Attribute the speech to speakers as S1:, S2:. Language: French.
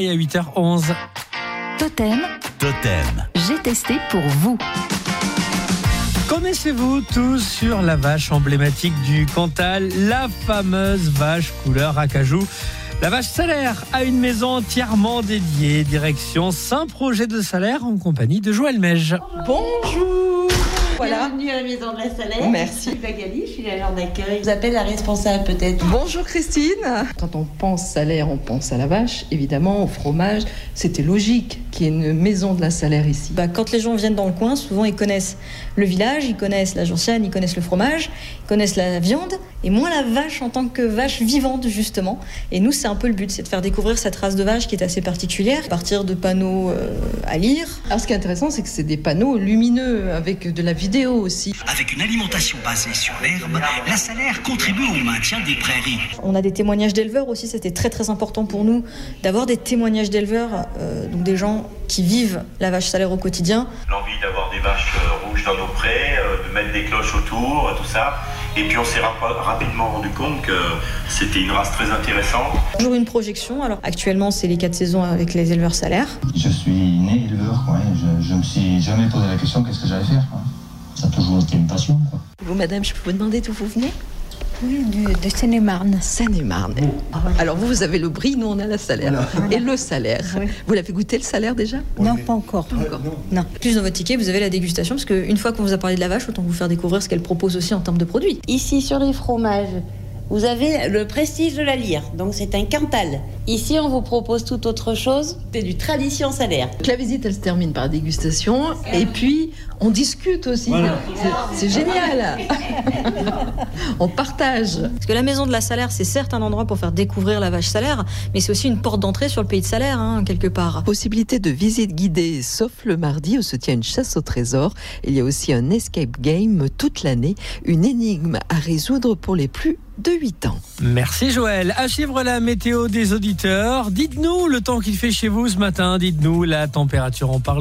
S1: Et à 8h11.
S2: Totem,
S3: Totem.
S2: j'ai testé pour vous.
S1: Connaissez-vous tous sur la vache emblématique du Cantal, la fameuse vache couleur acajou La vache salaire a une maison entièrement dédiée, direction Saint-Projet de Salaire en compagnie de Joël Mège.
S4: Bonjour Voilà.
S5: Bienvenue à la maison de la Salaire. Je
S4: Merci.
S5: suis Magali, je suis l'agent d'accueil. Je vous appelle la responsable peut-être.
S4: Bonjour Christine Quand on pense salaire, on pense à la vache, évidemment, au fromage. C'était logique qu'il y ait une maison de la salaire ici.
S6: Bah, quand les gens viennent dans le coin, souvent ils connaissent le village, ils connaissent la gentiane, ils connaissent le fromage, ils connaissent la viande, et moins la vache en tant que vache vivante, justement. Et nous, c'est un peu le but, c'est de faire découvrir cette race de vache qui est assez particulière, à partir de panneaux euh, à lire.
S4: Alors ce qui est intéressant, c'est que c'est des panneaux lumineux avec de la vidéo aussi.
S7: Avec une alimentation basée sur l'herbe, la salaire contribue au maintien des prairies.
S6: On a des témoignages d'éleveurs aussi, c'était très très important pour nous d'avoir des témoignages d'éleveurs, euh, donc des gens qui vivent la vache salaire au quotidien.
S8: l'envie d'avoir des vaches euh, rouges dans nos prés, euh, de mettre des cloches autour, euh, tout ça. Et puis on s'est rap- rapidement rendu compte que c'était une race très intéressante.
S6: Toujours une projection, alors actuellement c'est les quatre saisons avec les éleveurs salaires.
S9: Je suis né éleveur, quoi. et Je, je me suis jamais posé la question qu'est-ce que j'allais faire. quoi. Ça a toujours été une passion. quoi.
S4: Vous, madame, je peux vous demander d'où vous venez
S10: Oui, du- de Seine-et-Marne.
S4: Seine-et-Marne. Ah, Alors vous, vous avez le brie, nous on a la salaire. Et le salaire. Vous l'avez goûté le salaire déjà
S10: Non, pas encore.
S6: Non. Plus dans votre ticket, vous avez la dégustation, parce qu'une fois qu'on vous a parlé de la vache, autant vous faire découvrir ce qu'elle propose aussi en termes de produits.
S5: Ici sur les fromages, vous avez le prestige de la lyre, donc c'est un cantal. Ici on vous propose tout autre chose, c'est du tradition salaire.
S4: Donc, La visite, elle se termine par dégustation. Et puis, on discute aussi. C'est- C'est génial. on partage.
S6: Parce que la maison de la salaire, c'est certes un endroit pour faire découvrir la vache salaire, mais c'est aussi une porte d'entrée sur le pays de salaire, hein, quelque part.
S4: Possibilité de visite guidée, sauf le mardi où se tient une chasse au trésor. Il y a aussi un escape game toute l'année, une énigme à résoudre pour les plus de 8 ans.
S1: Merci Joël. À suivre la météo des auditeurs. Dites-nous le temps qu'il fait chez vous ce matin. Dites-nous la température. On parle